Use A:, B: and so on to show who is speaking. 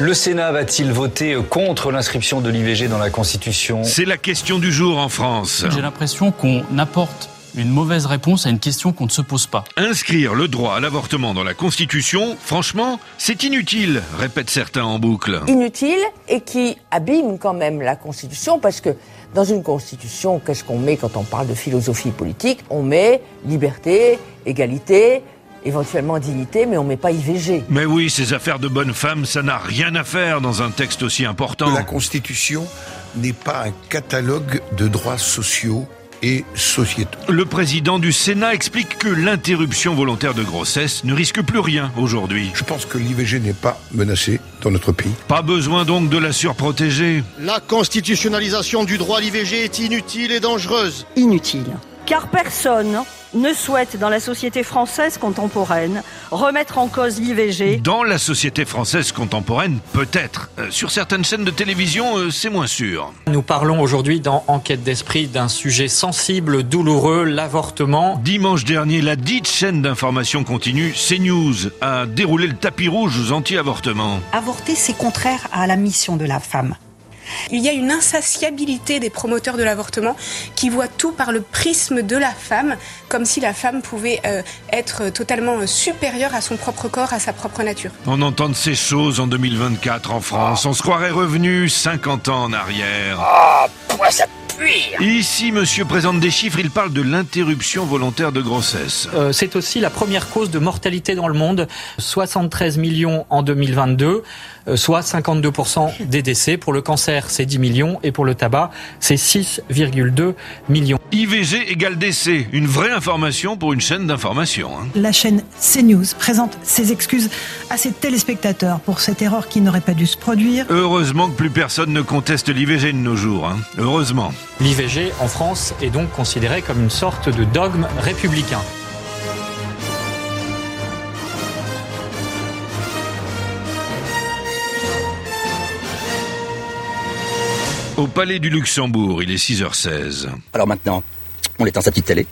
A: Le Sénat va-t-il voter contre l'inscription de l'IVG dans la Constitution
B: C'est la question du jour en France.
C: J'ai l'impression qu'on apporte une mauvaise réponse à une question qu'on ne se pose pas.
B: Inscrire le droit à l'avortement dans la Constitution, franchement, c'est inutile, répètent certains en boucle.
D: Inutile et qui abîme quand même la Constitution parce que dans une Constitution, qu'est-ce qu'on met quand on parle de philosophie politique On met liberté, égalité, éventuellement dignité, mais on met pas IVG.
B: Mais oui, ces affaires de bonnes femmes, ça n'a rien à faire dans un texte aussi important.
E: La Constitution n'est pas un catalogue de droits sociaux et sociétaux.
B: Le président du Sénat explique que l'interruption volontaire de grossesse ne risque plus rien aujourd'hui.
E: Je pense que l'IVG n'est pas menacée dans notre pays.
B: Pas besoin donc de la surprotéger.
F: La constitutionnalisation du droit à l'IVG est inutile et dangereuse.
G: Inutile. Car personne ne souhaite dans la société française contemporaine remettre en cause l'IVG.
B: Dans la société française contemporaine, peut-être. Euh, sur certaines chaînes de télévision, euh, c'est moins sûr.
H: Nous parlons aujourd'hui dans Enquête d'esprit d'un sujet sensible, douloureux, l'avortement.
B: Dimanche dernier, la dite chaîne d'information continue, CNews, a déroulé le tapis rouge aux anti-avortements.
I: Avorter, c'est contraire à la mission de la femme.
J: Il y a une insatiabilité des promoteurs de l'avortement qui voient tout par le prisme de la femme, comme si la femme pouvait euh, être totalement euh, supérieure à son propre corps, à sa propre nature.
B: On entend de ces choses en 2024 en France. On se croirait revenu 50 ans en arrière.
K: Oh, moi ça
B: Ici, monsieur présente des chiffres, il parle de l'interruption volontaire de grossesse.
H: Euh, c'est aussi la première cause de mortalité dans le monde, 73 millions en 2022, euh, soit 52% des décès. Pour le cancer, c'est 10 millions et pour le tabac, c'est 6,2 millions.
B: IVG égale décès, une vraie information pour une chaîne d'information. hein.
L: La chaîne CNews présente ses excuses à ses téléspectateurs pour cette erreur qui n'aurait pas dû se produire.
B: Heureusement que plus personne ne conteste l'IVG de nos jours. hein. Heureusement.
H: L'IVG en France est donc considéré comme une sorte de dogme républicain.
B: Au Palais du Luxembourg, il est 6h16.
K: Alors maintenant, on éteint sa petite télé.